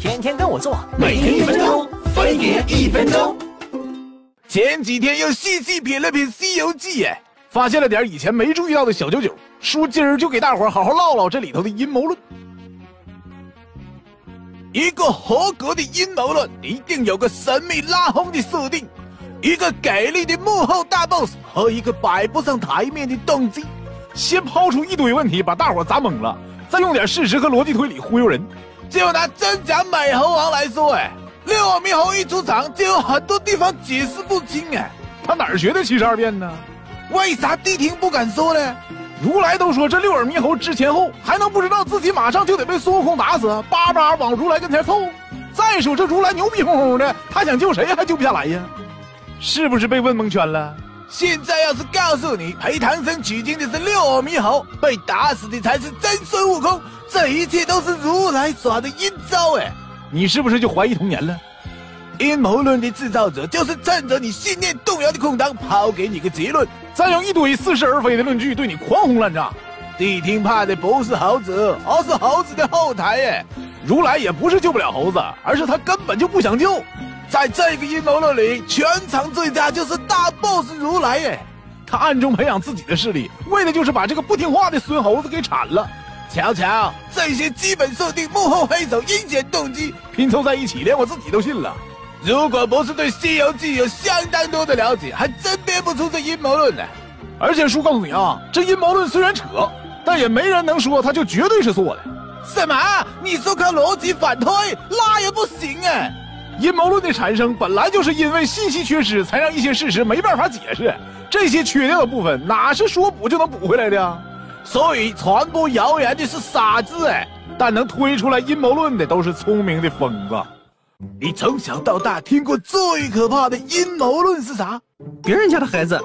天天跟我做，每天一分钟，分别一分钟。前几天又细细品了品《西游记》，哎，发现了点以前没注意到的小九九，说今儿就给大伙儿好好唠唠这里头的阴谋论。一个合格的阴谋论一定有个神秘拉轰的设定，一个给力的幕后大 boss 和一个摆不上台面的动机。先抛出一堆问题，把大伙儿砸懵了，再用点事实和逻辑推理忽悠人。就拿真假美猴王来说，哎，六耳猕猴一出场就有很多地方解释不清，哎，他哪儿学的七十二变呢？为啥谛听不敢说呢？如来都说这六耳猕猴知前后，还能不知道自己马上就得被孙悟空打死，叭叭往如来跟前凑？再说这如来牛逼哄哄的，他想救谁还救不下来呀？是不是被问蒙圈了？现在要是告诉你陪唐僧取经的是六耳猕猴，被打死的才是真孙悟空，这一切都是如来耍的阴招哎！你是不是就怀疑童年了？阴谋论的制造者就是趁着你信念动摇的空档，抛给你个结论，再用一堆似是而非的论据对你狂轰滥炸。谛听怕的不是猴子，而是猴子的后台哎！如来也不是救不了猴子，而是他根本就不想救。在这个阴谋论里，全场最佳就是大 boss 如来耶，他暗中培养自己的势力，为的就是把这个不听话的孙猴子给铲了。瞧瞧，这些基本设定、幕后黑手、阴险动机拼凑在一起，连我自己都信了。如果不是对《西游记》有相当多的了解，还真编不出这阴谋论呢。而且叔告诉你啊，这阴谋论虽然扯，但也没人能说它就绝对是错的。什么？你说靠逻辑反推，那也不行啊！阴谋论的产生本来就是因为信息缺失，才让一些事实没办法解释。这些缺掉的部分，哪是说补就能补回来的啊？所以传播谣言的是傻子哎，但能推出来阴谋论的都是聪明的疯子。你从小到大听过最可怕的阴谋论是啥？别人家的孩子